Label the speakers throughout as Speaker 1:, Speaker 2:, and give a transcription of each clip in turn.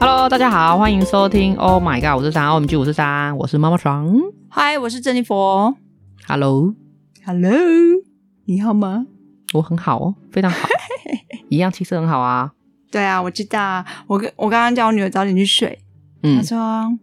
Speaker 1: Hello，大家好，欢迎收听 Oh My God，我是三 OMG，我是三，我是妈妈床。
Speaker 2: 嗨，我是珍妮佛。
Speaker 1: Hello，
Speaker 2: Hello，你好吗？
Speaker 1: 我很好哦，非常 好，一样气色很好啊。
Speaker 2: 对啊，我知道啊。我跟我刚刚叫我女儿早点去睡，她
Speaker 1: 嗯，
Speaker 2: 说：“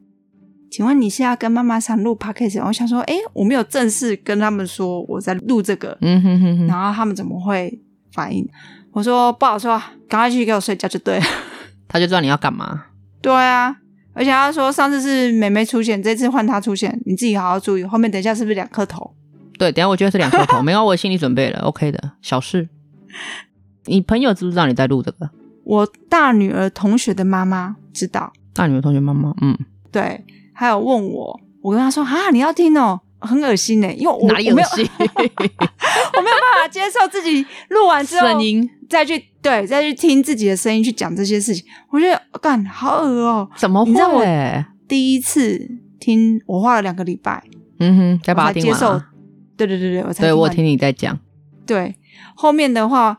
Speaker 2: 请问你是要跟妈妈上录 podcast？” 我想说，诶，我没有正式跟他们说我在录这个，
Speaker 1: 嗯哼哼哼，
Speaker 2: 然后他们怎么会反应？我说不好说啊，赶快去给我睡觉就对了。
Speaker 1: 他就知道你要干嘛。
Speaker 2: 对啊，而且他说上次是妹妹出现，这次换她出现，你自己好好注意，后面等一下是不是两颗头？
Speaker 1: 对，等一下我觉得是两颗 头，没有，我心理准备了，OK 的小事。你朋友知不知道你在录这个？
Speaker 2: 我大女儿同学的妈妈知道，
Speaker 1: 大女儿啊同学妈妈，嗯，
Speaker 2: 对，还有问我，我跟他说啊，你要听哦，很恶心呢，因为我
Speaker 1: 哪里
Speaker 2: 我
Speaker 1: 恶
Speaker 2: 没有
Speaker 1: 心？
Speaker 2: 我没有办法接受自己录完之后
Speaker 1: 声音
Speaker 2: 再去对再去听自己的声音去讲这些事情，我觉得干好恶哦、
Speaker 1: 怎么会
Speaker 2: 你知道我？第一次听我花了两个礼拜，
Speaker 1: 嗯哼，再
Speaker 2: 我
Speaker 1: 把它
Speaker 2: 才
Speaker 1: 听
Speaker 2: 接
Speaker 1: 完
Speaker 2: 受
Speaker 1: 啊。。
Speaker 2: 对对对对，我才
Speaker 1: 对，我
Speaker 2: 完
Speaker 1: 听你在讲，
Speaker 2: 对，后面的话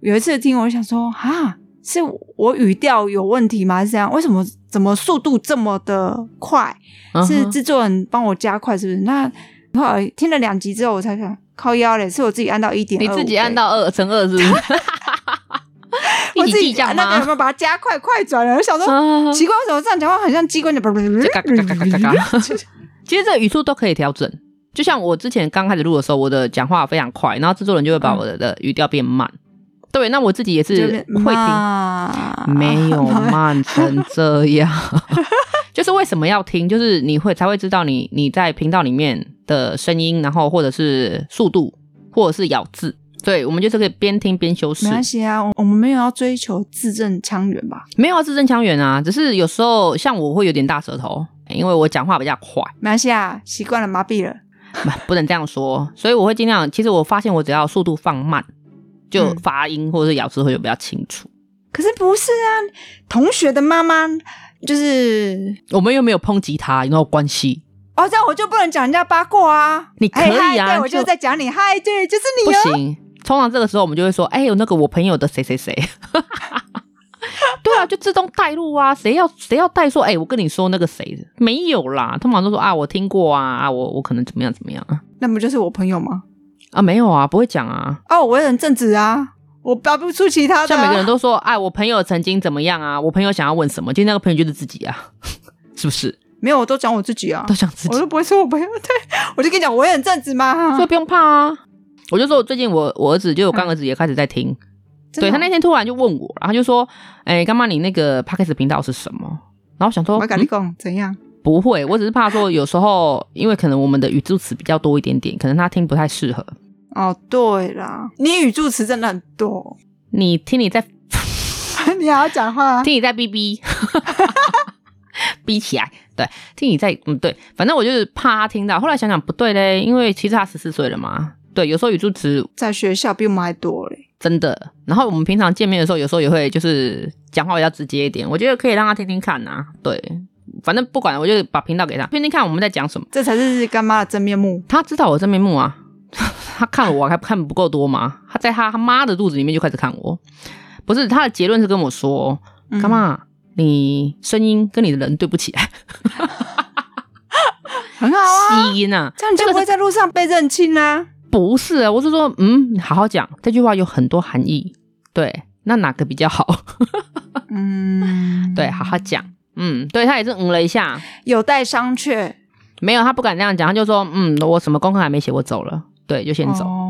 Speaker 2: 有一次听，我就想说，哈，是我语调有问题吗？还是这样？为什么怎么速度这么的快？
Speaker 1: 嗯
Speaker 2: 是
Speaker 1: 哼
Speaker 2: 制作人帮我加快，是不是？那后来听了两集之后，我才想靠腰嘞，是我自己按到一点，
Speaker 1: 你自己按到二乘二是不是？
Speaker 2: 我
Speaker 1: 一起
Speaker 2: 自
Speaker 1: 计
Speaker 2: 己
Speaker 1: 较
Speaker 2: 按那个有
Speaker 1: 吗？
Speaker 2: 没有把它加快快转了？我想说。
Speaker 1: 啊
Speaker 2: 奇怪，为什么这样讲话很像机关的？
Speaker 1: 嘎嘎嘎嘎嘎嘎
Speaker 2: 嗯
Speaker 1: 其实这个语速都可以调整。就像我之前刚开始录的时候，我的讲话非常快，然后制作人就会把我的的语调变慢。对，那我自己也是会
Speaker 2: 啊
Speaker 1: 听，
Speaker 2: 听
Speaker 1: 没有慢成这样。 就是为什么要听？就是你会才会知道你你在频道里面的声音，然后或者是速度，或者是咬字。对，我们就是可以边听边修饰
Speaker 2: 没。关系啊，我我们没有要追求字正腔圆吧？
Speaker 1: 没有要字正腔圆啊，只是有时候像我会有点大舌头，因为我讲话比较快。
Speaker 2: 没关系啊，习惯了，麻痹了。
Speaker 1: 不能这样说，所以我会尽量。其实我发现，我只要速度放慢，就
Speaker 2: 嗯
Speaker 1: 发音或者是咬字会比较清楚。
Speaker 2: 可是不是啊，同学的妈妈就是
Speaker 1: 我们又没有抨击他，有没有关系？
Speaker 2: 哦，这样我就不能讲人家八卦啊。
Speaker 1: 你可以啊
Speaker 2: 哎嗨对我就
Speaker 1: 就
Speaker 2: 在讲你，嗨，对，就是
Speaker 1: 不
Speaker 2: 你哦。
Speaker 1: 行。 通常这个时候，我们就会说：“哎、有那个我朋友的谁谁 谁。”对啊，就自动带入啊，谁要谁要带说？哎、我跟你说那个谁没有啦。通常都说啊，我听过啊，啊，我我可能怎么样怎么样啊
Speaker 2: 那不就是我朋友吗？
Speaker 1: 啊，没有啊，不会讲啊。
Speaker 2: 哦，我也很正直啊，我答不出其他的、
Speaker 1: 像
Speaker 2: 啊。
Speaker 1: 每个人都说：“哎，我朋友曾经怎么样啊？我朋友想要问什么？”就那个朋友就是自己啊， 是不是？
Speaker 2: 没有，我都讲我自己啊
Speaker 1: 都，想自己
Speaker 2: 我。都不会说我朋友。对，我就跟你讲，我也很正直嘛
Speaker 1: 所以。不用怕啊。我就说，我最近我我儿子就我干儿子也开始在听，
Speaker 2: 真的哦
Speaker 1: 对他那天突然就问我，然后就说：“哎、干妈，你那个 p o d c a s 频道是什么？”然后我想说嗯
Speaker 2: 我跟你讲怎样？
Speaker 1: 不会，我只是怕说有时候因为可能我们的语助词比较多一点点，可能他听不太适合。
Speaker 2: 哦，对啦，你语助词真的很多，
Speaker 1: 你听你在
Speaker 2: 啊你还要讲话、啊。
Speaker 1: 听你在哔哔， 哔起来，对，听你在嗯对，反正我就是怕他听到。后来想想不对嘞，因为其实他十四岁了嘛，对，有时候语助词
Speaker 2: 在学校比我们还多嘞。
Speaker 1: 真的。然后我们平常见面的时候，有时候也会就是讲话比较直接一点，我觉得可以让他听听看啊。对，反正不管，我就把频道给他听听看我们在讲什么。
Speaker 2: 这才是干妈的真面目。
Speaker 1: 他知道我真面目啊， 他看我还看不够多吗？他在他他妈的肚子里面就开始看我，不是他的结论是跟我说，
Speaker 2: 嗯
Speaker 1: 干嘛、你声音跟你的人对不起来，啊
Speaker 2: 很好啊，
Speaker 1: 吸音啊，
Speaker 2: 这样你就不会在路上被认清啦、
Speaker 1: 不是、啊，我是说，嗯，好好讲这句话有很多含义，对，那哪个比较好？
Speaker 2: 嗯，
Speaker 1: 对，好好讲，嗯，对他也是嗯了一下，
Speaker 2: 有待商榷。
Speaker 1: 没有，他不敢这样讲，他就说，嗯，我什么功课还没写，我走了。对，就先走，
Speaker 2: 哦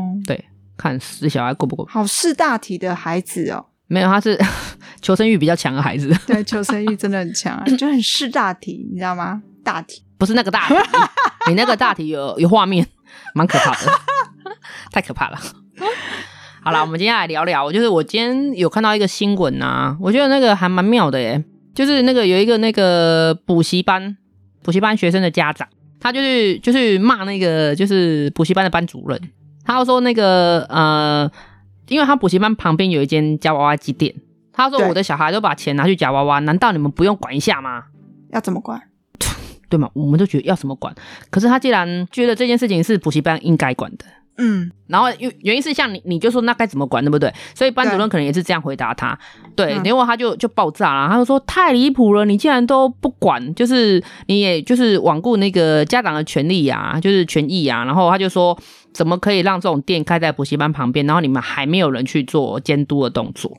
Speaker 1: 看死小孩过不过。
Speaker 2: 好事大体的孩子哦，
Speaker 1: 没有，他是 求生欲比较强的孩子，
Speaker 2: 对，求生欲真的很强啊，就很识大体，你知道吗？大体
Speaker 1: 不是那个大题，你那个大题有有画面， 蛮可怕的，太可怕了。好啦，我们接下来聊聊，就是我今天有看到一个新闻啊，我觉得那个还蛮妙的耶，就是那个有一个那个补习班补习班学生的家长，他就是就是骂那个就是补习班的班主任，他就说那个呃，因为他补习班旁边有一间夹娃娃机店，他说
Speaker 2: 对
Speaker 1: 我的小孩都把钱拿去夹娃娃，难道你们不用管一下吗？
Speaker 2: 要怎么管？
Speaker 1: 对嘛？我们就觉得要什么管，可是他既然觉得这件事情是补习班应该管的，
Speaker 2: 嗯，
Speaker 1: 然后因为原因是像你，你就说那该怎么管，对不对？所以班主任可能也是这样回答他，对，
Speaker 2: 嗯
Speaker 1: 结果他就就爆炸了，他就说太离谱了，你竟然都不管，就是你也就是罔顾那个家长的权利啊，就是权益啊，然后他就说怎么可以让这种店开在补习班旁边，然后你们还没有人去做监督的动作？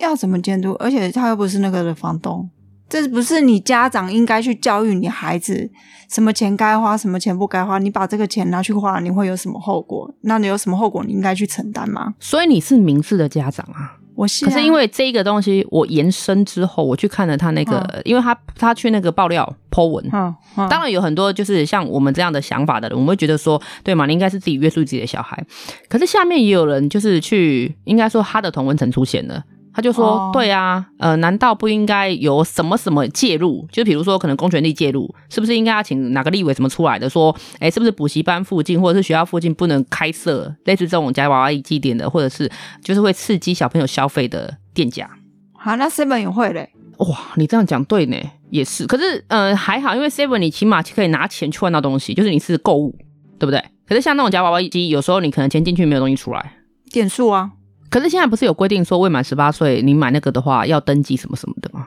Speaker 2: 要怎么监督？而且他又不是那个的房东，这不是你家长应该去教育你孩子什么钱该花，什么钱不该花。你把这个钱拿去花，你会有什么后果？那你有什么后果？你应该去承担吗？
Speaker 1: 所以你是明智的家长啊，
Speaker 2: 我是、啊，
Speaker 1: 可是因为这个东西，我延伸之后，我去看了他那个，因为他他去那个爆料 Po 文，
Speaker 2: 嗯，嗯，
Speaker 1: 当然有很多就是像我们这样的想法的人，我们会觉得说，对嘛，你应该是自己约束自己的小孩。可是下面也有人就是去，应该说他的同文层出现了。他就说：“
Speaker 2: 哦
Speaker 1: 对啊，呃，难道不应该有什么什么介入？就比如说，可能公权力介入，是不是应该要请哪个立委什么出来的？说，哎，是不是补习班附近或者是学校附近不能开设类似这种夹娃娃机点的，或者是就是会刺激小朋友消费的店家？
Speaker 2: 好，那 seven 也会嘞，
Speaker 1: 哇，你这样讲对呢，也是。可是，呃，还好，因为 Seven 你起码可以拿钱去换到东西，就是你是购物，对不对？可是像那种夹娃娃机，有时候你可能钱进去没有东西出来。
Speaker 2: 点数啊，
Speaker 1: 可是现在不是有规定说未满十八岁你买那个的话要登记什么什么的吗？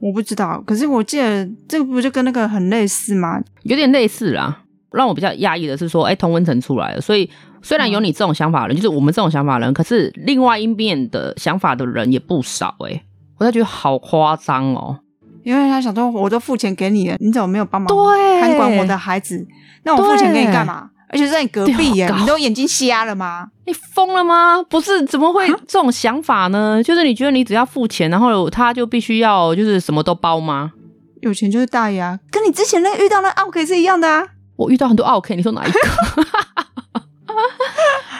Speaker 2: 我不知道。可是我记得这个不就跟那个很类似吗？
Speaker 1: 有点类似啦。让我比较讶异的是说，哎、同温层出来了，所以虽然有你这种想法的人，就是我们这种想法的人，可是另外一面的想法的人也不少哎、我才觉得好夸张哦。
Speaker 2: 因为他想说，我都付钱给你了，你怎么没有帮忙
Speaker 1: 对
Speaker 2: 看管我的孩子？那我付钱给你干嘛？而且在你隔壁耶
Speaker 1: 对，好高
Speaker 2: 你都眼睛瞎了吗？
Speaker 1: 你疯了吗？不是，怎么会
Speaker 2: 啊
Speaker 1: 这种想法呢？就是你觉得你只要付钱，然后他就必须要就是什么都包吗？
Speaker 2: 有钱就是大爷啊，跟你之前那遇到那奥 K 是一样的啊。
Speaker 1: 我遇到很多 OK，你说哪一个？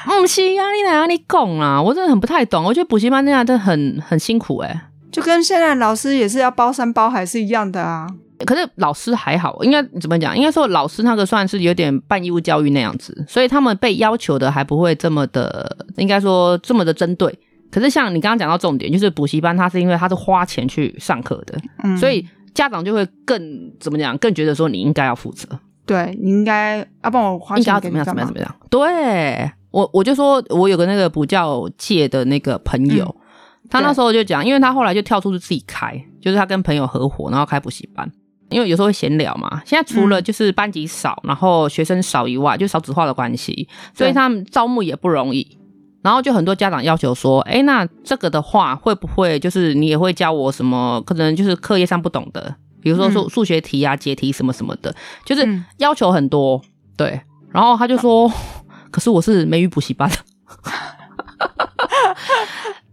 Speaker 1: 嗯，是啊，你哪样你讲啦？我真的很不太懂。我觉得补习班那样真的很很辛苦哎、
Speaker 2: 就跟现在老师也是要包山包海是一样的啊。
Speaker 1: 可是老师还好，应该怎么讲？应该说老师那个算是有点半义务教育那样子，所以他们被要求的还不会这么的，应该说这么的针对。可是像你刚刚讲到重点，就是补习班，它是因为它是花钱去上课的，
Speaker 2: 嗯，
Speaker 1: 所以家长就会更怎么讲，更觉得说你应该要负责，
Speaker 2: 对你应该要帮我花
Speaker 1: 应该
Speaker 2: 钱
Speaker 1: 要
Speaker 2: 给
Speaker 1: 怎
Speaker 2: 你
Speaker 1: 么样
Speaker 2: 干
Speaker 1: 怎么
Speaker 2: 嘛
Speaker 1: 样怎？么样。对我我就说，我有个那个补教界的那个朋友，
Speaker 2: 嗯
Speaker 1: 他那时候就讲，因为他后来就跳出去自己开，就是他跟朋友合伙，然后开补习班。因为有时候会闲聊嘛，现在除了
Speaker 2: 嗯
Speaker 1: 就是班级少，然后学生少以外，就少子化的关系，所以
Speaker 2: 对
Speaker 1: 他们招募也不容易。然后就很多家长要求说，哎，那这个的话会不会就是你也会教我什么？可能就是课业上不懂的，比如说数数学题啊、解题什么什么的，就是
Speaker 2: 嗯
Speaker 1: 要求很多。对，然后他就说， 可是我是美语补习班 的。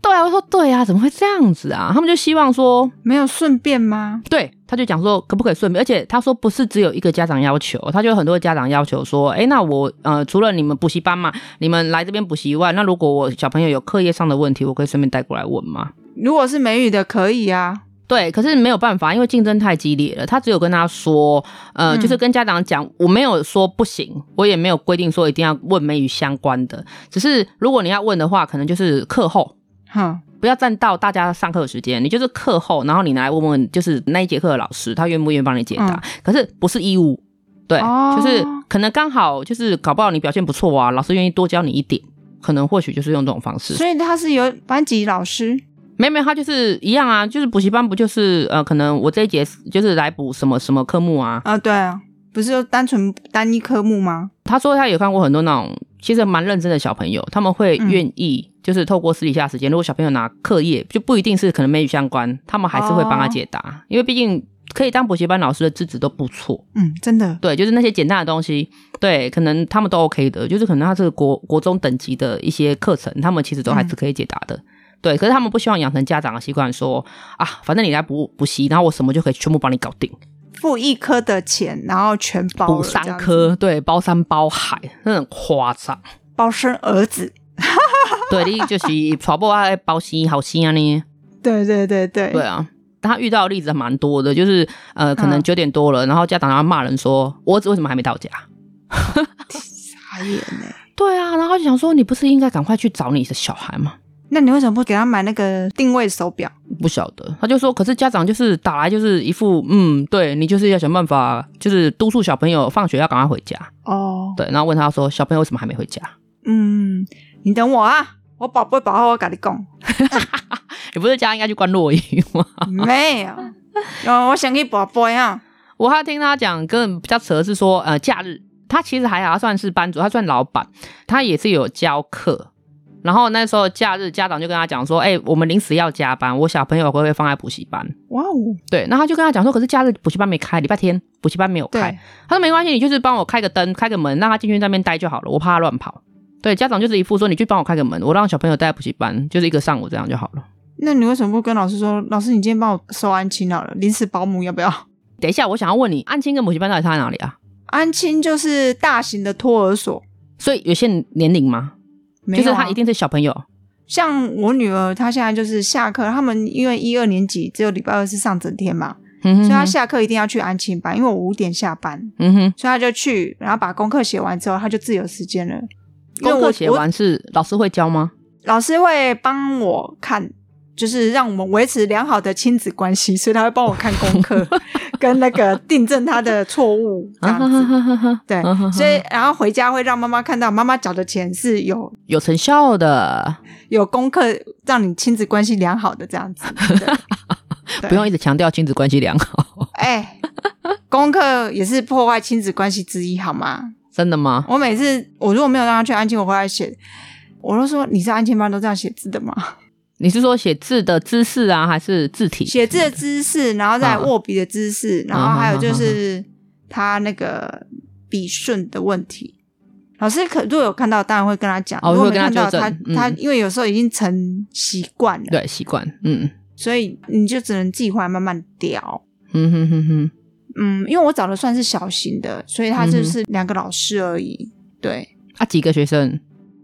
Speaker 1: 对啊，我说对啊，怎么会这样子啊？他们就希望说，
Speaker 2: 没有顺便吗？
Speaker 1: 对，他就讲说可不可以顺便，而且他说不是只有一个家长要求，他就有很多家长要求说，哎，那我呃除了你们补习班嘛，你们来这边补习以外，那如果我小朋友有课业上的问题，我可以顺便带过来问吗？
Speaker 2: 如果是美语的可以啊。
Speaker 1: 对，可是没有办法，因为竞争太激烈了。他只有跟他说，呃，
Speaker 2: 嗯
Speaker 1: 就是跟家长讲，我没有说不行，我也没有规定说一定要问美语相关的，只是如果你要问的话，可能就是课后。
Speaker 2: 哼，
Speaker 1: 不要占到大家上课的时间，你就是课后，然后你拿来问问，就是那一节课的老师，他愿不愿意帮你解答？
Speaker 2: 嗯
Speaker 1: 可是不是义务，对，
Speaker 2: 哦
Speaker 1: 就是可能刚好就是搞不好你表现不错啊，老师愿意多教你一点，可能或许就是用这种方式。
Speaker 2: 所以他是有班级老师，
Speaker 1: 没有没有，他就是一样啊，就是补习班不就是呃，可能我这一节就是来补什么什么科目啊。
Speaker 2: 啊，对啊，不是就单纯单一科目吗？
Speaker 1: 他说他有看过很多那种其实蛮认真的小朋友，他们会
Speaker 2: 嗯
Speaker 1: 愿意就是透过私底下时间，如果小朋友拿课业就不一定是可能美语相关，他们还是会帮他
Speaker 2: 哦
Speaker 1: 解答，因为毕竟可以当补习班老师的资质都不错。
Speaker 2: 嗯，真的，
Speaker 1: 对，就是那些简单的东西，对，可能他们都 OK 的，就是可能他这个国国中等级的一些课程，他们其实都还是可以解答的。对，可是他们不希望养成家长的习惯说，啊，反正你来补补习，然后我什么就可以全部帮你搞定，
Speaker 2: 付一科的钱，然后全包了
Speaker 1: 补三
Speaker 2: 这样子
Speaker 1: 科，对，包山包海，那很夸张。
Speaker 2: 包生儿子。
Speaker 1: 对，你就是 传播爱包西好西啊呢，
Speaker 2: 对对对对，
Speaker 1: 对啊。他遇到的例子还蛮多的，就是呃，可能
Speaker 2: 嗯
Speaker 1: 九点多了，然后家长要骂人说，我儿子为什么还没到家？
Speaker 2: 傻眼呢、
Speaker 1: 对啊，然后他就想说，你不是应该赶快去找你的小孩吗？
Speaker 2: 那你为什么不给他买那个定位手表？
Speaker 1: 不晓得，他就说，可是家长就是打来就是一副，嗯，对你就是要想办法，就是督促小朋友放学要赶快回家，
Speaker 2: 哦，
Speaker 1: 对，然后问他说，小朋友为什么还没回家？
Speaker 2: 嗯，你等我啊，我宝贝宝号我跟你讲，
Speaker 1: 你不是家应该去关落雨吗？
Speaker 2: 没有，哦，我想去宝贝啊，
Speaker 1: 我还听他讲，更比较扯的是说，呃，假日他其实还好，他算是班主，他算老板，他也是有教课。然后那时候假日，家长就跟他讲说，哎、我们临时要加班，我小朋友会不会放在补习班？
Speaker 2: 哇哦，
Speaker 1: 对，那他就跟他讲说，可是假日补习班没开，礼拜天补习班没有开
Speaker 2: 对。，
Speaker 1: 他说没关系，你就是帮我开个灯，开个门，让他进去那边待就好了，我怕他乱跑。对，家长就是一副说，你去帮我开个门，我让小朋友待在补习班，就是一个上午这样就好了。
Speaker 2: 那你为什么不跟老师说，老师你今天帮我收安亲好了，临时保姆要不要？
Speaker 1: 等一下，我想要问你，安亲跟补习班到底差在哪里啊？
Speaker 2: 安亲就是大型的托儿所，
Speaker 1: 所以有限年龄吗？
Speaker 2: 没
Speaker 1: 就
Speaker 2: 有、
Speaker 1: 是
Speaker 2: 啊、
Speaker 1: 他一定是小朋友。
Speaker 2: 像我女儿，她现在就是下课，他们因为一二年级只有礼拜二是上整天嘛，
Speaker 1: 嗯哼
Speaker 2: 所以她下课一定要去安亲班，因为我五点下班，
Speaker 1: 嗯哼，
Speaker 2: 所以她就去，然后把功课写完之后，她就自由时间了。因为
Speaker 1: 功
Speaker 2: 我
Speaker 1: 课写
Speaker 2: 我
Speaker 1: 完是老师会教吗？
Speaker 2: 老师会帮我看，就是让我们维持良好的亲子关系，所以他会帮我看功课，跟那个订正他的错误
Speaker 1: 啊
Speaker 2: 这 样子。
Speaker 1: 子
Speaker 2: 对
Speaker 1: 嗯哼，
Speaker 2: 所以然后回家会让妈妈看到，妈妈缴的钱是有
Speaker 1: 有成效的，
Speaker 2: 有功课，让你亲子关系良好的这样子。对对
Speaker 1: 不用一直强调亲子关系良好，
Speaker 2: 哎，功课也是破坏亲子关系之一，好吗？
Speaker 1: 真的吗？
Speaker 2: 我每次我如果没有让他去安亲，我回来写，我都说你是安亲班都这样写字的吗？
Speaker 1: 你是说写字的姿势啊，还是字体？
Speaker 2: 写字的姿势，然后再
Speaker 1: 嗯
Speaker 2: 握笔的姿势，然
Speaker 1: 嗯
Speaker 2: 后还
Speaker 1: 嗯
Speaker 2: 有就
Speaker 1: 嗯
Speaker 2: 是他那个笔顺的问题。老师可如果有看到，当然会跟他讲。
Speaker 1: 哦
Speaker 2: 如果没
Speaker 1: 会跟他
Speaker 2: 看到，
Speaker 1: 纠正
Speaker 2: 他
Speaker 1: 嗯
Speaker 2: 他因为有时候已经成习惯了，
Speaker 1: 对，习惯，嗯
Speaker 2: 所以你就只能自己回来慢慢调。
Speaker 1: 嗯哼哼哼，
Speaker 2: 嗯，因为我找的算是小型的，所以他
Speaker 1: 嗯哼
Speaker 2: 就是两个老师而已。对，
Speaker 1: 啊，几个学生，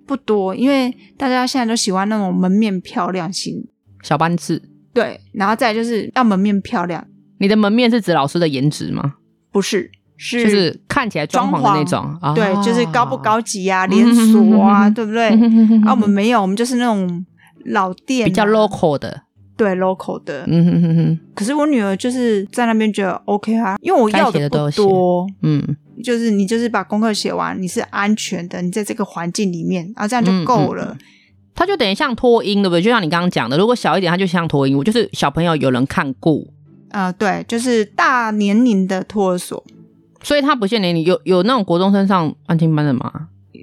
Speaker 2: 不多，因为大家现在都喜欢那种门面漂亮型。
Speaker 1: 小班制。
Speaker 2: 对，然后再来就是要门面漂亮，
Speaker 1: 你的门面是指老师的颜值吗？
Speaker 2: 不是是
Speaker 1: 就是看起来装潢的那种啊，
Speaker 2: 对，就是高不高级啊，
Speaker 1: 嗯
Speaker 2: 连锁啊，
Speaker 1: 嗯
Speaker 2: 对 不对？
Speaker 1: 嗯哼哼哼哼
Speaker 2: 啊，我们没有，我们就是那种老店啊、
Speaker 1: 比较 local 的，
Speaker 2: 对 local 的。
Speaker 1: 嗯哼哼哼，
Speaker 2: 可是我女儿就是在那边觉得 OK 啊，因为我
Speaker 1: 该
Speaker 2: 要
Speaker 1: 写的都有
Speaker 2: 不
Speaker 1: 写
Speaker 2: 多，
Speaker 1: 嗯，
Speaker 2: 就是你就是把功课写完，你是安全的，你在这个环境里面，啊，这样就够
Speaker 1: 嗯
Speaker 2: 了。
Speaker 1: 它就等于像托婴，对不对？就像你刚刚讲的，如果小一点，它就像托婴，就是小朋友有人看顾，
Speaker 2: 啊、对，就是大年龄的托儿所，
Speaker 1: 所以它不限年龄，有有那种国中生上安亲班的吗？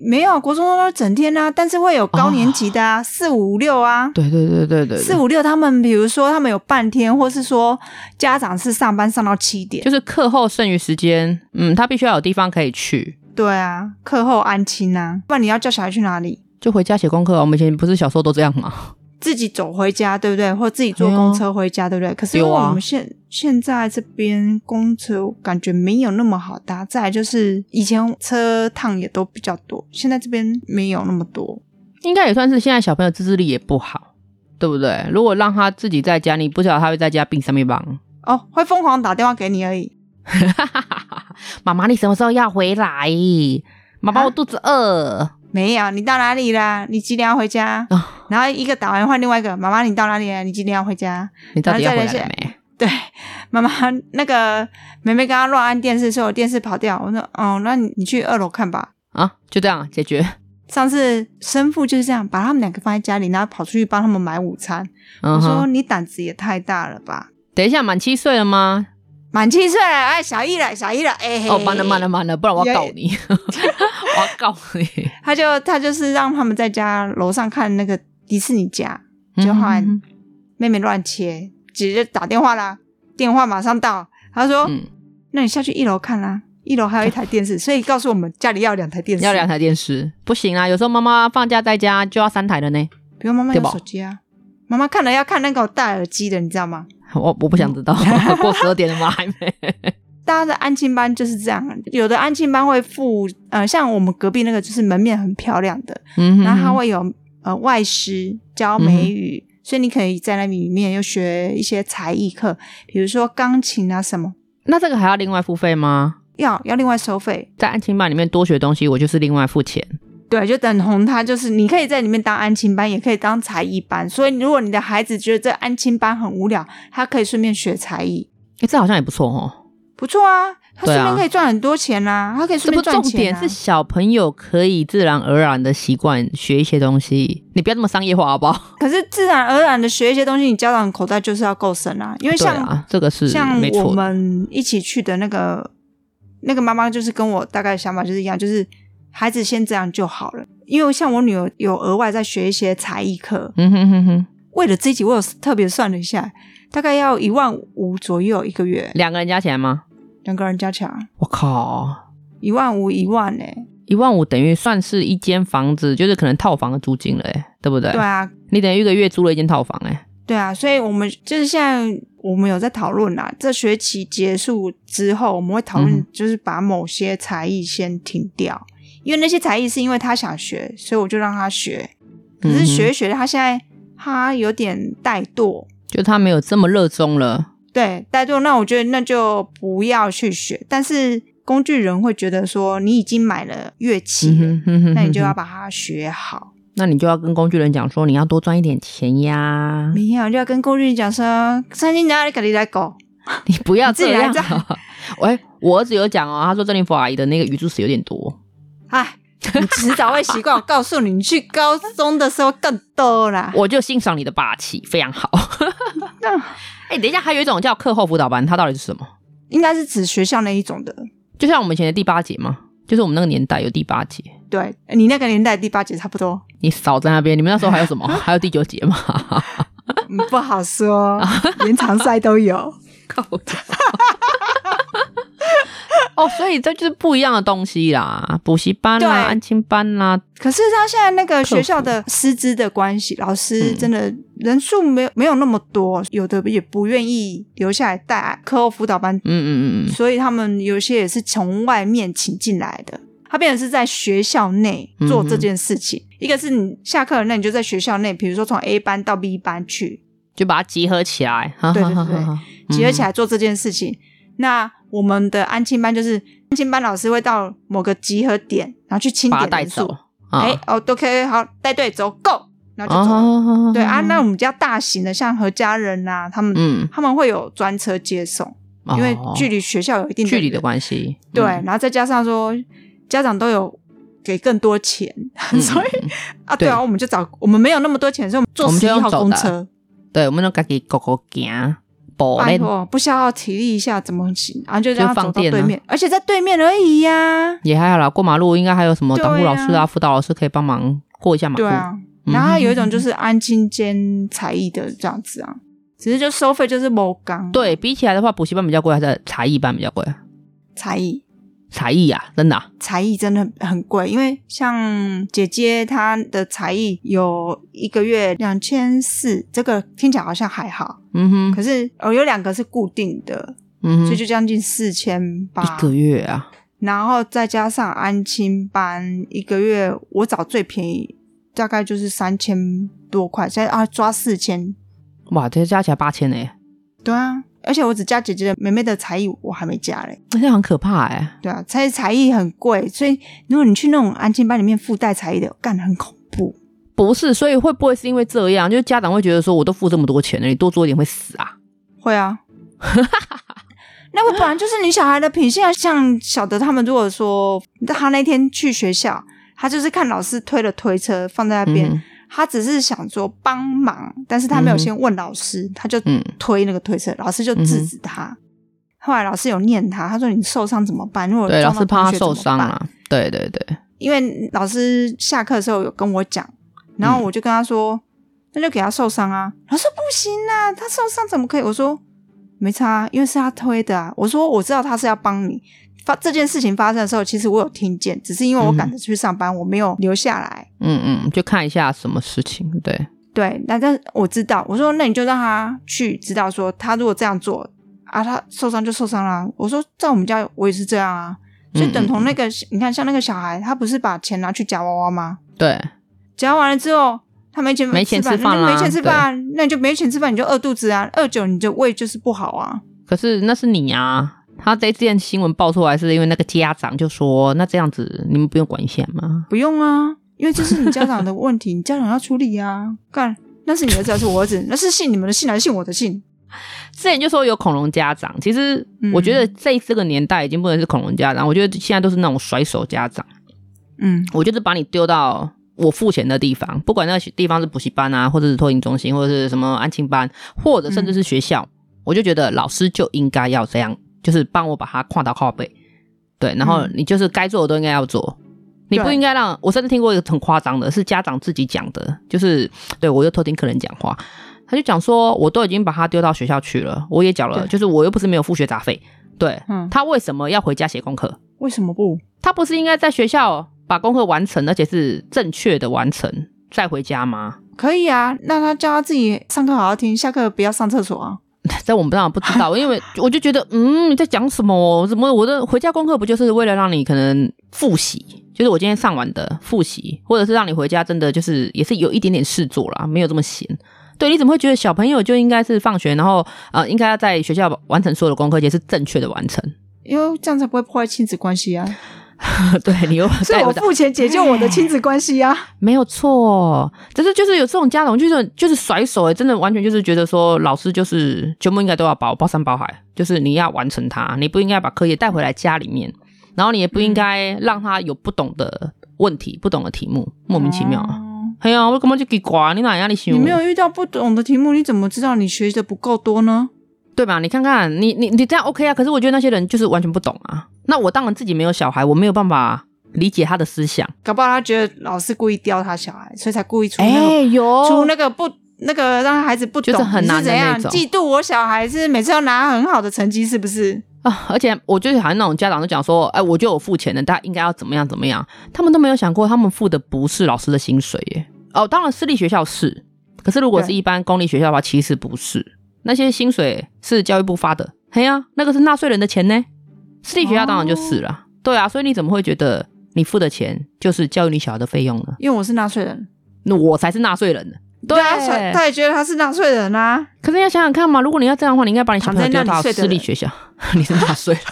Speaker 2: 没有啊国中都整天啊，但是会有高年级的啊，四五六啊，
Speaker 1: 哦对对对对对
Speaker 2: 四五六他们，比如说他们有半天，或是说家长是上班上到七点
Speaker 1: 就，是课后剩余时间，嗯，他必须要有地方可以去，
Speaker 2: 对啊，课后安亲啊，不然你要叫小孩去哪里？
Speaker 1: 就回家写功课啊。我们以前不是小时候都这样吗？
Speaker 2: 自己走回家，对不对？或自己坐
Speaker 1: 对啊
Speaker 2: 公车回家，对不对？可是因为
Speaker 1: 有啊
Speaker 2: 我们现、现在这边公车感觉没有那么好搭，再来就是以前车趟也都比较多，现在这边没有那么多。
Speaker 1: 应该也算是现在小朋友自制力也不好，对不对？如果让他自己在家，你不晓得他会在家病什么病。
Speaker 2: 哦，会疯狂打电话给你而已。
Speaker 1: 妈妈，你什么时候要回来？妈妈，
Speaker 2: 啊
Speaker 1: 我肚子饿。
Speaker 2: 没有，你到哪里啦？你几点要回家？
Speaker 1: 啊
Speaker 2: 然后一个打完换另外一个，妈妈你到哪里啦？你几点要回家？
Speaker 1: 你到底要
Speaker 2: 然
Speaker 1: 回
Speaker 2: 后
Speaker 1: 来
Speaker 2: 啊再
Speaker 1: 了没？
Speaker 2: 对，妈妈那个妹妹刚刚乱按电视，所以我电视跑掉。我说，哦，那你你去二楼看吧。
Speaker 1: 啊，就这样解决。
Speaker 2: 上次生父就是这样，把他们两个放在家里，然后跑出去帮他们买午餐。
Speaker 1: 嗯
Speaker 2: 我说
Speaker 1: 哼，
Speaker 2: 你胆子也太大了吧！
Speaker 1: 等一下，满七岁了吗？
Speaker 2: 满七岁了，哎，小易了，小易了，哎、嘿
Speaker 1: 哦，慢了慢了，慢了，不然我要告
Speaker 2: 也
Speaker 1: 你， 我要告你。
Speaker 2: 他就他就是让他们在家楼上看那个迪士尼家， 就换
Speaker 1: 嗯
Speaker 2: 妹妹乱切，姐姐打电话啦，电话马上到，他说，
Speaker 1: 嗯
Speaker 2: 那你下去一楼看啦、一楼还有一台电视，所以告诉我们家里要两台电视，
Speaker 1: 要两台电视，不行啊！有时候妈妈放假在家就要三台了呢。
Speaker 2: 不用妈妈
Speaker 1: 对
Speaker 2: 有
Speaker 1: 吧
Speaker 2: 手机啊，妈妈看了要看那个戴耳机的，你知道吗？
Speaker 1: 我我不想知道，
Speaker 2: 嗯
Speaker 1: 过十二点了吗？还没。
Speaker 2: 大家的安亲班就是这样，有的安亲班会附呃，像我们隔壁那个就是门面很漂亮的，
Speaker 1: 嗯哼
Speaker 2: 然后它会有呃外师教美
Speaker 1: 嗯
Speaker 2: 语，所以你可以在那里面又学一些才艺课，比如说钢琴啊什么，
Speaker 1: 那这个还要另外付费吗？
Speaker 2: 要要另外收费。
Speaker 1: 在安亲班里面多学东西，我就是另外付钱。
Speaker 2: 对，就等同他就是你可以在里面当安亲班，也可以当才艺班。所以如果你的孩子觉得这安亲班很无聊，他可以顺便学才艺，
Speaker 1: 哎、这好像也不错哦。
Speaker 2: 不错啊，他
Speaker 1: 对
Speaker 2: 顺
Speaker 1: 啊
Speaker 2: 便可以赚很多钱啦、他可以
Speaker 1: 这
Speaker 2: 顺
Speaker 1: 不
Speaker 2: 便
Speaker 1: 重
Speaker 2: 赚钱、
Speaker 1: 点
Speaker 2: 啊。
Speaker 1: 是小朋友可以自然而然的习惯学一些东西，你不要这么商业化好不 好？
Speaker 2: 可是自然而然的学一些东西，你家长口袋就是要够深啊，因为
Speaker 1: 对
Speaker 2: 像、
Speaker 1: 啊，这个是
Speaker 2: 像
Speaker 1: 没
Speaker 2: 我
Speaker 1: 错的。
Speaker 2: 们一起去的那个那个妈妈，就是跟我大概想法就是一样，就是孩子先这样就好了。因为像我女儿有额外在学一些才艺课，
Speaker 1: 嗯哼哼哼，
Speaker 2: 为了这一集我有特别算了一下，大概要一万五左右一个月，
Speaker 1: 两个人加起来吗？
Speaker 2: 两个人加起来
Speaker 1: 我靠，
Speaker 2: 一万五一万欸呢、
Speaker 1: 一万五等于算是一间房子，就是可能套房的租金了、哎，对不对？
Speaker 2: 对啊，
Speaker 1: 你等于一个月租了一间套房、哎，
Speaker 2: 对啊，所以我们就是现在我们有在讨论啦。这学期结束之后，我们会讨
Speaker 1: 嗯
Speaker 2: 论就是把某些才艺先停掉，因为那些才艺是因为他想学，所以我就让他学。可
Speaker 1: 嗯哼
Speaker 2: 是学一学他现在他有点怠惰，
Speaker 1: 就他没有这么热衷了。
Speaker 2: 对怠惰，那我觉得那就不要去学。但是工具人会觉得说，你已经买了乐器
Speaker 1: 嗯
Speaker 2: 了，
Speaker 1: 哼哼哼
Speaker 2: 那你就要
Speaker 1: 哼哼
Speaker 2: 把它学好。
Speaker 1: 那你就要跟工具人讲说，你要多赚一点钱呀，
Speaker 2: 没有，就要跟工具人讲说，三星哪里给你来搞。
Speaker 1: 你不要
Speaker 2: 自
Speaker 1: 这
Speaker 2: 己来
Speaker 1: 样啊。 喂，我儿子有讲哦，他说珍妮佛阿姨的那个语助词有点多。
Speaker 2: 哎，你迟早会习惯。我告诉你，你去高中的时候更多啦。
Speaker 1: 我就欣赏你的霸气，非常好。
Speaker 2: 那
Speaker 1: 哎、等一下，还有一种叫课后辅导班，它到底是什么？
Speaker 2: 应该是指学校那一种的。
Speaker 1: 就像我们以前的第八节嘛，就是我们那个年代有第八节。
Speaker 2: 对哎你那个年代第八节差不多，
Speaker 1: 你少在那边，你们那时候还有什 么？还有第九节嘛？
Speaker 2: 嗯不好说，延长赛都有。
Speaker 1: 靠！ 哦，所以这就是不一样的东西啦，补习班啦、
Speaker 2: 对
Speaker 1: 安亲班啊啦，
Speaker 2: 可是他现在那个学校的师资的关系，老师
Speaker 1: 嗯
Speaker 2: 真的人数没有没有那么多，有的也不愿意留下来带课后辅导班
Speaker 1: 嗯嗯嗯嗯，
Speaker 2: 所以他们有些也是从外面请进来的。他变成是在学校内
Speaker 1: 嗯
Speaker 2: 做这件事情，一个是你下课了，那你就在学校内，比如说从 A 班到 B 班去
Speaker 1: 就把它集合起来，哈
Speaker 2: 对
Speaker 1: 哈
Speaker 2: 对
Speaker 1: 哈
Speaker 2: 对
Speaker 1: 哈嗯哈
Speaker 2: 集合起来做这件事情。那我们的安亲班就是安亲班老师会到某个集合点，然后去清
Speaker 1: 把它
Speaker 2: 点
Speaker 1: 带
Speaker 2: 人
Speaker 1: 走
Speaker 2: 数。
Speaker 1: 啊
Speaker 2: 哎、哦，都可以，好，带队走，Go，然后就走了。
Speaker 1: 哦
Speaker 2: 对啊，那我们比较大型的，像何家人啊，他们、
Speaker 1: 嗯，
Speaker 2: 他们会有专车接送，因为
Speaker 1: 哦
Speaker 2: 距离学校有一定
Speaker 1: 距离的
Speaker 2: 关。
Speaker 1: 关系，
Speaker 2: 对，
Speaker 1: 嗯
Speaker 2: 然后再加上说家长都有给更多钱， 所以
Speaker 1: 嗯嗯嗯
Speaker 2: 啊，对啊，
Speaker 1: 对
Speaker 2: 我们就找我们没有那么多钱，所以我们坐
Speaker 1: 我们
Speaker 2: 十
Speaker 1: 就
Speaker 2: 一
Speaker 1: 用
Speaker 2: 号
Speaker 1: 走
Speaker 2: 公
Speaker 1: 的
Speaker 2: 车，
Speaker 1: 嗯对，我们都自己狗狗行，步
Speaker 2: 拜
Speaker 1: 咧，
Speaker 2: 托，不消耗体力一下怎么行？然后就
Speaker 1: 就
Speaker 2: 让他
Speaker 1: 放
Speaker 2: 走到
Speaker 1: 电
Speaker 2: 对
Speaker 1: 啊
Speaker 2: 面，而且在对面而已呀、
Speaker 1: 也还好啦。过马路应该还有什么
Speaker 2: 对
Speaker 1: 导护老师啊、
Speaker 2: 啊
Speaker 1: 辅导老师可以帮忙过一下马路。
Speaker 2: 对啊，
Speaker 1: 嗯，
Speaker 2: 然后还有一种就是安亲兼才艺的这样子啊，只是就收费就是某 岗
Speaker 1: 对比起来的话，补习班比较贵还是才艺班比较贵？
Speaker 2: 才艺。
Speaker 1: 才艺啊，真的啊、
Speaker 2: 才艺真的很很贵，因为像姐姐她的才艺有一个月两千四，这个听起来好像还好，
Speaker 1: 嗯哼，
Speaker 2: 可是哦有两个是固定的，
Speaker 1: 嗯
Speaker 2: 所
Speaker 1: 哼
Speaker 2: 以，就将近四千八
Speaker 1: 一。个月啊，
Speaker 2: 然后再加上安亲班，一个月我找最便宜，大概就是三千多块，现在啊抓四千，
Speaker 1: 哇，这加起来八千呢，
Speaker 2: 对啊，而且我只加姐姐的妹妹的才艺，我还没加嘞，
Speaker 1: 那很可怕哎。
Speaker 2: 对啊，才才艺很贵，所以如果你去那种安亲班里面附带才艺的，干很恐怖。
Speaker 1: 不是，所以会不会是因为这样，就是家长会觉得说，我都付这么多钱了，你多做一点会死啊？
Speaker 2: 会啊， 那我本来就是你小孩的品性啊。像小德他们，如果说他那天去学校，他就是看老师推了推车放在那边，
Speaker 1: 嗯
Speaker 2: 他只是想说帮忙，但是他没有
Speaker 1: 嗯哼
Speaker 2: 先问老师，他就
Speaker 1: 嗯
Speaker 2: 推那个推车，老师就制止他。后来老师有念他，他说你受伤怎么办？如果
Speaker 1: 对，老
Speaker 2: 撞到
Speaker 1: 师怕
Speaker 2: 同
Speaker 1: 他
Speaker 2: 学
Speaker 1: 受
Speaker 2: 怎么
Speaker 1: 伤
Speaker 2: 办
Speaker 1: 啊。对对对，
Speaker 2: 因为老师下课的时候有跟我讲，然后我就跟他说，那就给他受伤啊。他说不行啊，他受伤怎么可以？我说没差啊，因为是他推的啊。我说我知道他是要帮你。发这件事情发生的时候，其实我有听见，只是因为我赶着去上班，我没有留下来。
Speaker 1: 嗯嗯，就看一下什么事情，对，
Speaker 2: 对，那但是我知道，我说那你就让他去知道说，他如果这样做啊，他受伤就受伤啦、我说在我们家我也是这样啊，所以等同那个、你看像那个小孩，他不是把钱拿去夹娃娃吗？
Speaker 1: 对，
Speaker 2: 夹完了之后，他没钱
Speaker 1: 没钱
Speaker 2: 吃
Speaker 1: 吃饭
Speaker 2: 那就
Speaker 1: 啦
Speaker 2: 没钱吃饭，那你就没钱吃饭，你就饿肚子啊，饿久你就胃就是不好啊。
Speaker 1: 可是那是你啊，他这件新闻爆出来是因为那个家长就说，那这样子你们不用管一下吗？
Speaker 2: 不用啊，因为这是你家长的问题，你家长要处理啊。 干，那是你儿子还是我儿啊子？那是信你们的信还是信我的信？
Speaker 1: 之前就说有恐龙家长，其实我觉得在这个年代已经不能是恐龙家长，我觉得现在都是那种甩手家长。
Speaker 2: 嗯
Speaker 1: 我就是把你丢到我付钱的地方，不管那个地方是补习班啊，或者是托婴中心，或者是什么安亲班，或者甚至是学校，
Speaker 2: 嗯
Speaker 1: 我就觉得老师就应该要这样，就是帮我把它跨到靠背。对，然后
Speaker 2: 嗯
Speaker 1: 你就是该做的都应该要做，你不
Speaker 2: 对
Speaker 1: 应该让我甚至听过一个很夸张的，是家长自己讲的，就是对我就偷听客人讲话，他就讲说我都已经把他丢到学校去了，我也缴了，
Speaker 2: 对
Speaker 1: 就是我又不是没有付学杂费，对
Speaker 2: 嗯，
Speaker 1: 他为什么要回家写功课？
Speaker 2: 为什么不？
Speaker 1: 他不是应该在学校把功课完成，而且是正确的完成，再回家吗？
Speaker 2: 可以啊，那他叫他自己上课好好听，下课不要上厕所啊。
Speaker 1: 在我们当然不知道，因为我就觉得，嗯，你在讲什么？怎么我的回家功课不就是为了让你可能复习，就是我今天上完的复习，或者是让你回家真的就是也是有一点点事做啦，没有这么闲。对，你怎么会觉得小朋友就应该是放学，然后呃，应该要在学校完成所有的功课，而且是正确的完成？
Speaker 2: 因为这样才不会破坏亲子关系啊！
Speaker 1: 对你又
Speaker 2: 所
Speaker 1: 对
Speaker 2: 以我
Speaker 1: 我的
Speaker 2: 付钱解救我的亲子关系啊！
Speaker 1: 没有错，但是就是有这种家长，就是就是甩手哎、真的完全就是觉得说，老师就是全部应该都要包包山包海，就是你要完成它，你不应该把课业带回来家里面，然后你也不应该让他有不懂的问题、不懂的题目， 莫名其妙啊。
Speaker 2: 哦
Speaker 1: 哎呀、我根本就给瓜，你哪样你想？
Speaker 2: 你没有遇到不懂的题目，你怎么知道你学的不够多呢？
Speaker 1: 对吧？你看看，你你你这样 OK 啊？可是我觉得那些人就是完全不懂啊。那我当然自己没有小孩，我没有办法理解他的思想。
Speaker 2: 搞不好他觉得老师故意刁他小孩，所以才故意出那个、
Speaker 1: 有
Speaker 2: 出那个不那个让孩子不懂，
Speaker 1: 哎哦就是很难
Speaker 2: 你
Speaker 1: 的
Speaker 2: 是怎样
Speaker 1: 那种
Speaker 2: 嫉妒我小孩是每次要拿很好的成绩，是不是？
Speaker 1: 啊！而且我就是好像那种家长都讲说，哎，我就有付钱的，大家应该要怎么样怎么样，他们都没有想过，他们付的不是老师的薪水耶。哦，当然私立学校是，可是如果是
Speaker 2: 对
Speaker 1: 一般公立学校的话，其实不是，那些薪水是教育部发的，嘿呀、那个是纳税人的钱呢。私立学校当然就是了，对啊，所以你怎么会觉得你付的钱就是教育你小孩的费用呢？
Speaker 2: 因为我是纳税人，
Speaker 1: 那我才是纳税人呢。对
Speaker 2: 啊，所以他也觉得他是纳税人啊。
Speaker 1: 可是你要想想看嘛，如果你要这样的话，你应该把你小朋友丢到
Speaker 2: 躺在那里睡的
Speaker 1: 私
Speaker 2: 人
Speaker 1: 立学校， 你是纳 税人，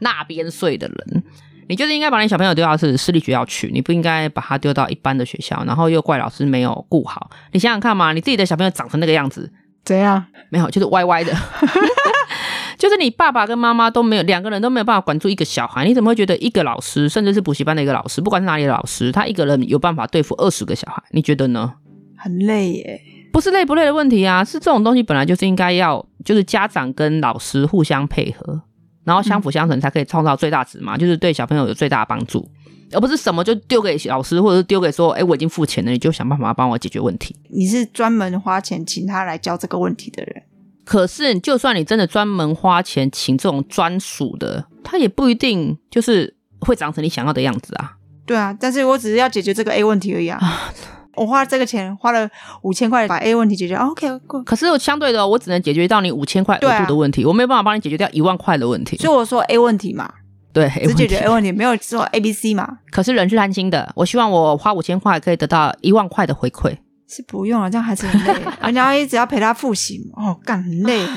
Speaker 1: 那边睡的人，你就是应该把你小朋友丢到是私立学校去，你不应该把他丢到一般的学校，然后又怪老师没有顾好。你想想看嘛，你自己的小朋友长成那个样子，
Speaker 2: 怎样？
Speaker 1: 没有，就是歪 歪的。 就是你爸爸跟妈妈都没有，两个人都没有办法管住一个小孩，你怎么会觉得一个老师，甚至是补习班的一个老师，不管是哪里的老师，他一个人有办法对付二十个小孩？你觉得呢？
Speaker 2: 很累耶。
Speaker 1: 不是累不累的问题啊，是这种东西本来就是应该要，就是家长跟老师互相配合，然后相辅相成，才可以创造最大
Speaker 2: 嗯
Speaker 1: 值嘛，就是对小朋友有最大的帮助，而不是什么就丢给老师，或者是丢给说，哎、我已经付钱了，你就想办法帮我解决问题。
Speaker 2: 你是专门花钱请他来教这个问题的人，
Speaker 1: 可是，就算你真的专门花钱请这种专属的，他也不一定就是会长成你想要的样子啊。
Speaker 2: 对啊。但是我只是要解决这个 A 问题而已啊。我花这个钱花了五千块把 A 问题解决、o 啊 k 过。
Speaker 1: 可是相对的，我只能解决到你五千块
Speaker 2: 对
Speaker 1: 额
Speaker 2: 啊
Speaker 1: 度的问题，我没有办法帮你解决掉一万块的问题。
Speaker 2: 所以我说 A 问题嘛，
Speaker 1: 对，
Speaker 2: 只解决
Speaker 1: A1
Speaker 2: A 问题，没有说 A、B、C 嘛，
Speaker 1: 可是人是贪心的，我希望我花五千块可以得到一万块的回馈。
Speaker 2: 是不用了，这样孩子很 累，人家一直要陪他复习，哦，干很累嘞。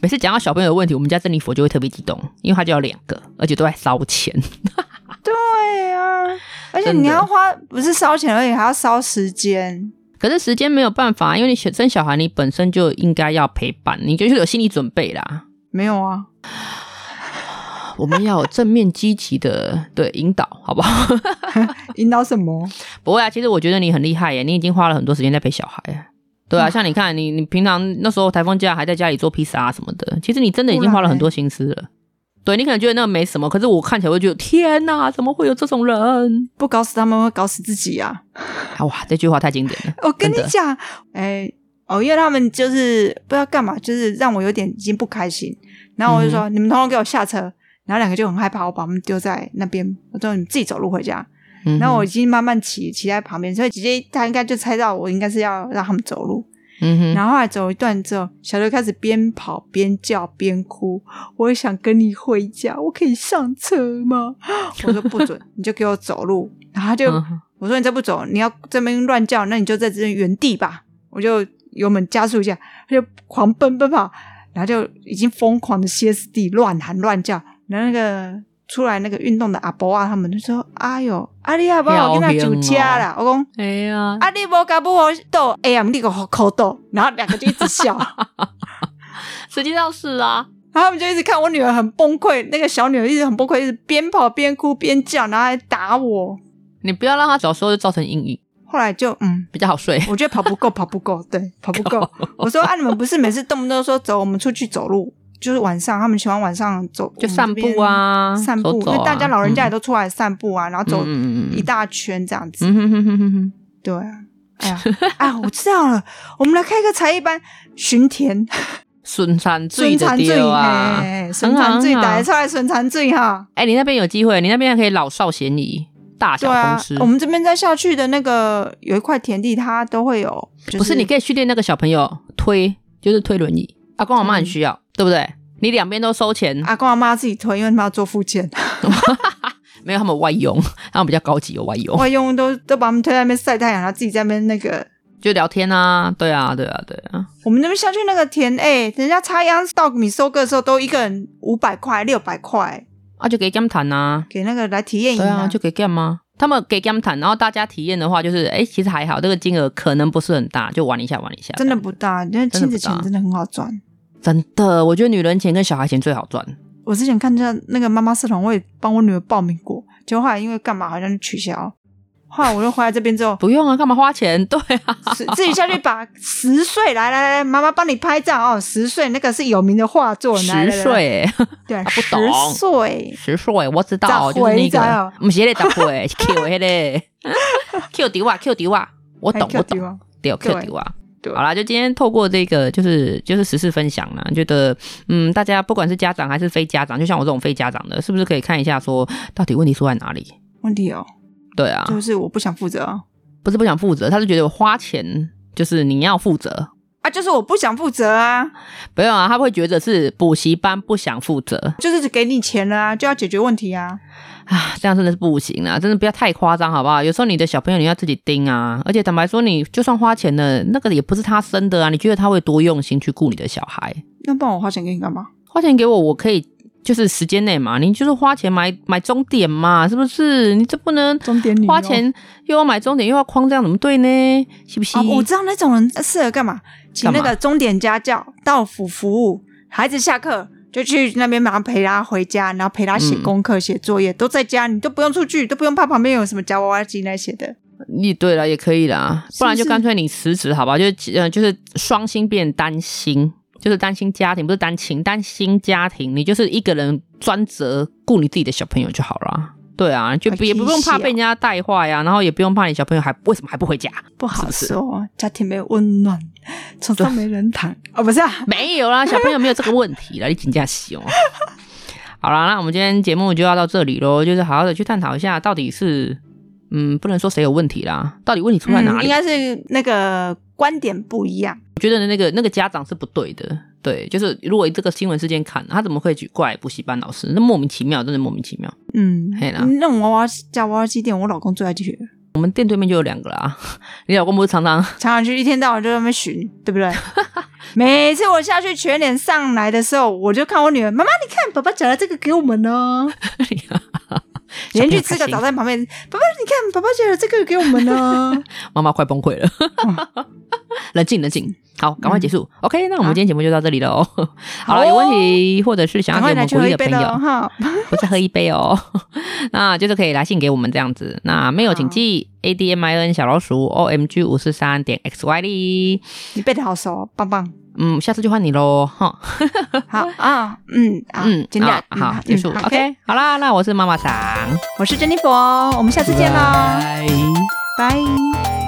Speaker 1: 每次讲到小朋友的问题，我们家珍妮佛就会特别激动，因为他就有两个，而且都在烧钱。
Speaker 2: 对啊，而且
Speaker 1: 真的
Speaker 2: 你要花不是烧钱而已，还要烧时间。
Speaker 1: 可是时间没有办法，因为你选生小孩，你本身就应该要陪伴，你就是有心理准备啦。
Speaker 2: 没有啊，
Speaker 1: 我们要有正面积极的 对引导，好不好？
Speaker 2: 引导什么？
Speaker 1: 不会啊，其实我觉得你很厉害耶，你已经花了很多时间在陪小孩耶。对
Speaker 2: 嗯
Speaker 1: 啊，像你看，你你平常那时候台风假还在家里做披萨啊什么的，其实你真的已经花了很多心思了。对你可能觉得那没什么，可是我看起来会觉得天哪，怎么会有这种人？
Speaker 2: 不搞死他们会搞死自己啊！
Speaker 1: 啊哇，这句话太经典 了。
Speaker 2: 我跟你
Speaker 1: 真的
Speaker 2: 讲，哎、哦，因为他们就是不知道干嘛，就是让我有点已经不开心。然后我就
Speaker 1: 嗯
Speaker 2: 说：“你们通通给我下车。”然后两个就很害怕，我把他们丢在那边。我说：“你们自己走路回家。”
Speaker 1: 嗯哼
Speaker 2: 然后我已经慢慢骑骑在旁边，所以直接他应该就猜到我应该是要让他们走路。
Speaker 1: 嗯哼，
Speaker 2: 然后后来走一段之后，小刘开始边跑边叫边哭，我也想跟你回家，我可以上车吗？我说不准，你就给我走路。然后他就、
Speaker 1: 嗯哼
Speaker 2: 我说你再不走，你要这边乱叫，那你就在这边原地吧。我就油门加速一下，他就狂奔奔跑，然后就已经疯狂的歇斯底里乱喊乱叫，然后那个出来那个运动的阿伯啊，他们就说：“哎哟，啊你阿伯
Speaker 1: 好
Speaker 2: 我跟他
Speaker 1: 凶
Speaker 2: 酒
Speaker 1: 哦
Speaker 2: 家啦。”我讲。
Speaker 1: 哎呀，
Speaker 2: 啊，你无甲不好斗，哎呀，你个好口斗，然后两个就一 直笑，
Speaker 1: 实际上是啊，
Speaker 2: 然后他们就一直看我女儿很崩溃，那个小女儿一直很崩溃，一直边跑边哭边叫，然后还打我。
Speaker 1: 你不要让他小时候就造成阴影，
Speaker 2: 后来就嗯，
Speaker 1: 比较好睡。
Speaker 2: 我觉得跑不够，跑不够， 对，跑不够。我说啊，你们不是每次动不动说走，我们出去走路，就是晚上，他们喜欢晚上走，
Speaker 1: 就散步，啊，
Speaker 2: 散步，
Speaker 1: 走走啊
Speaker 2: 因为大家老人家也都出来散步啊，然后走
Speaker 1: 嗯嗯嗯嗯
Speaker 2: 一大圈这样子。
Speaker 1: 嗯哼哼哼哼哼，
Speaker 2: 对啊，哎呀，哎呀，我知道了，我们来开个才艺班巡田。
Speaker 1: 顺产
Speaker 2: 孙
Speaker 1: 醉的
Speaker 2: 残醉
Speaker 1: 对啊。
Speaker 2: 嘿，孙残醉
Speaker 1: 很好很好
Speaker 2: 打出来孙残醉哈，
Speaker 1: 哎、你那边有机会，你那边还可以老少咸宜，大
Speaker 2: 对
Speaker 1: 小
Speaker 2: 啊
Speaker 1: 通吃。，
Speaker 2: 我们这边在校区的那个有一块田地，它都会有，就
Speaker 1: 不是，你可以训练那个小朋友推，就是推轮椅。阿公阿妈很需要，对不对？你两边都收钱，
Speaker 2: 阿公阿妈自己推，因为他们要做复健，
Speaker 1: 哦没有他们外佣，他们比较高级有外佣，
Speaker 2: 外佣都都把他们推在那边晒太阳，然后自己在那边那个。
Speaker 1: 就聊天啊，对啊，对啊，对啊，
Speaker 2: 我们那边校区那个田，哎、人家插秧稻米收割的时候，都一个人五百块、六百块
Speaker 1: 啊就给 gam 谈啊，
Speaker 2: 给那个来体验营
Speaker 1: 对啊，就给 gam 啊。他们给 gam 谈，然后大家体验的话，就是哎、其实还好，这个金额可能不是很大，就玩一下玩一下。
Speaker 2: 真的不大，那亲子钱真的很好赚。
Speaker 1: 真的，我觉得女人钱跟小孩钱最好赚。
Speaker 2: 我之前看到那个妈妈社团，我也帮我女儿报名过，结果后来因为干嘛好像就取消。后来我又回来这边 之后，
Speaker 1: 不用啊，干嘛花钱？对啊，
Speaker 2: 自自己下去把十岁来来来，妈妈帮你拍照哦。十岁那个是有名的画作，来
Speaker 1: 十，岁、欸
Speaker 2: 来来来
Speaker 1: 他
Speaker 2: 对，
Speaker 1: 不懂
Speaker 2: 十岁
Speaker 1: 十岁，我知道，
Speaker 2: 十岁
Speaker 1: 就是那
Speaker 2: 你知
Speaker 1: 个
Speaker 2: 道，
Speaker 1: 不是那个十 岁，Q 迄个 Q 迪瓦，Q 哎迪瓦，我
Speaker 2: 哎
Speaker 1: 懂，我懂，
Speaker 2: 懂。
Speaker 1: 对，Q
Speaker 2: 对
Speaker 1: 迪瓦。
Speaker 2: 对
Speaker 1: 好啦，就今天透过这个，就是就是时事分享啦，啊觉得嗯，大家不管是家长还是非家长，就像我这种非家长的，是不是可以看一下说到底问题出在哪里？
Speaker 2: 问题哦，
Speaker 1: 对啊，
Speaker 2: 就是我不想负责啊
Speaker 1: 不是不想负责，他是觉得我花钱就是你要负责，
Speaker 2: 啊，就是我不想负责啊，
Speaker 1: 没有啊，他会觉得是补习班不想负责，
Speaker 2: 就是只给你钱了啊，就要解决问题啊。
Speaker 1: 啊，这样真的是不行啦，真的不要太夸张，好不好？有时候你的小朋友你要自己盯啊，而且坦白说，你就算花钱了，那个也不是他生的啊，你觉得他会多用心去顾你的小孩？
Speaker 2: 那不然我花钱给你干嘛？
Speaker 1: 花钱给我，我可以就是时间内嘛，你就是花钱买买终点嘛，是不是？你这不能
Speaker 2: 终点女
Speaker 1: 花
Speaker 2: 哦
Speaker 1: 钱又要买终点又要框，这样怎么对呢？是不是？
Speaker 2: 啊，我知道那种人适合干嘛，请那
Speaker 1: 干嘛
Speaker 2: 个钟点家教到府服务，孩子下课就去那边马上陪他回家，然后陪他写
Speaker 1: 嗯
Speaker 2: 功课、写作业，都在家，你都不用出去，都不用怕旁边有什么夹娃娃机那些的。
Speaker 1: 你对了，也可以啦，
Speaker 2: 是
Speaker 1: 不然就
Speaker 2: 不是
Speaker 1: 干脆你辞职，好吧？就呃，就是双薪变单薪，就是单薪家庭，不是单亲，单薪家庭，你就是一个人专责顾你自己的小朋友就好啦。对啊，就
Speaker 2: 啊
Speaker 1: 也不用
Speaker 2: 气死
Speaker 1: 怕被人家带坏呀、然后也不用怕你小朋友还为什么还不回家？
Speaker 2: 不好
Speaker 1: 是不
Speaker 2: 说，
Speaker 1: 是
Speaker 2: 家庭没有温暖， 床上没人躺哦，不是、啊，
Speaker 1: 没有啦，小朋友没有这个问题啦，你请假洗哦。好啦，那我们今天节目就要到这里喽，就是好好的去探讨一下，到底是嗯，不能说谁有问题啦，到底问题出在哪
Speaker 2: 嗯应
Speaker 1: 里？
Speaker 2: 该是那个观点不一样。
Speaker 1: 我觉得那个那个家长是不对的，对，就是如果以这个新闻事件看，他怎么会去怪补习班老师？那莫名其妙，真的莫名其妙。
Speaker 2: 嗯
Speaker 1: 嘿啦，
Speaker 2: 那种娃娃夹娃娃机店，我老公最爱去，
Speaker 1: 我们店对面就有两个啦， 你老公不是常 常
Speaker 2: 常常去一天到晚就在那边巡，对不对？每次我下去全脸上来的时候，我就看我女儿，妈妈你看，爸爸夹了这个给我们哦。连去吃个早
Speaker 1: 餐，
Speaker 2: 餐，旁边爸爸你看，爸爸夹了这个给我们 哦。
Speaker 1: 妈妈快崩溃了。 冷静冷静，好，赶快结束。OK，那我们
Speaker 2: 嗯
Speaker 1: 今天节目就到这里喽。好了，有问题或者是想
Speaker 2: 赶
Speaker 1: 要给我们鼓
Speaker 2: 快来啊去喝
Speaker 1: 励
Speaker 2: 一
Speaker 1: 的
Speaker 2: 杯
Speaker 1: 朋
Speaker 2: 喽
Speaker 1: 友，
Speaker 2: 哈！
Speaker 1: 不是喝一杯哦， 那就是可以来信给我们这样子。那没有，
Speaker 2: 好
Speaker 1: 请记 A D M I N 小老鼠 O M G 五四三点 X Y D。
Speaker 2: 你背的好熟哦，棒棒。
Speaker 1: 嗯，下次就换你喽，哈，
Speaker 2: 好 啊，嗯啊，
Speaker 1: 嗯，
Speaker 2: 简短
Speaker 1: 啊，好，
Speaker 2: 嗯
Speaker 1: 结束
Speaker 2: 嗯
Speaker 1: ，OK，好啦，那我是妈妈桑，
Speaker 2: 我是珍妮佛，我们下次见喽，
Speaker 1: 拜。
Speaker 2: 拜。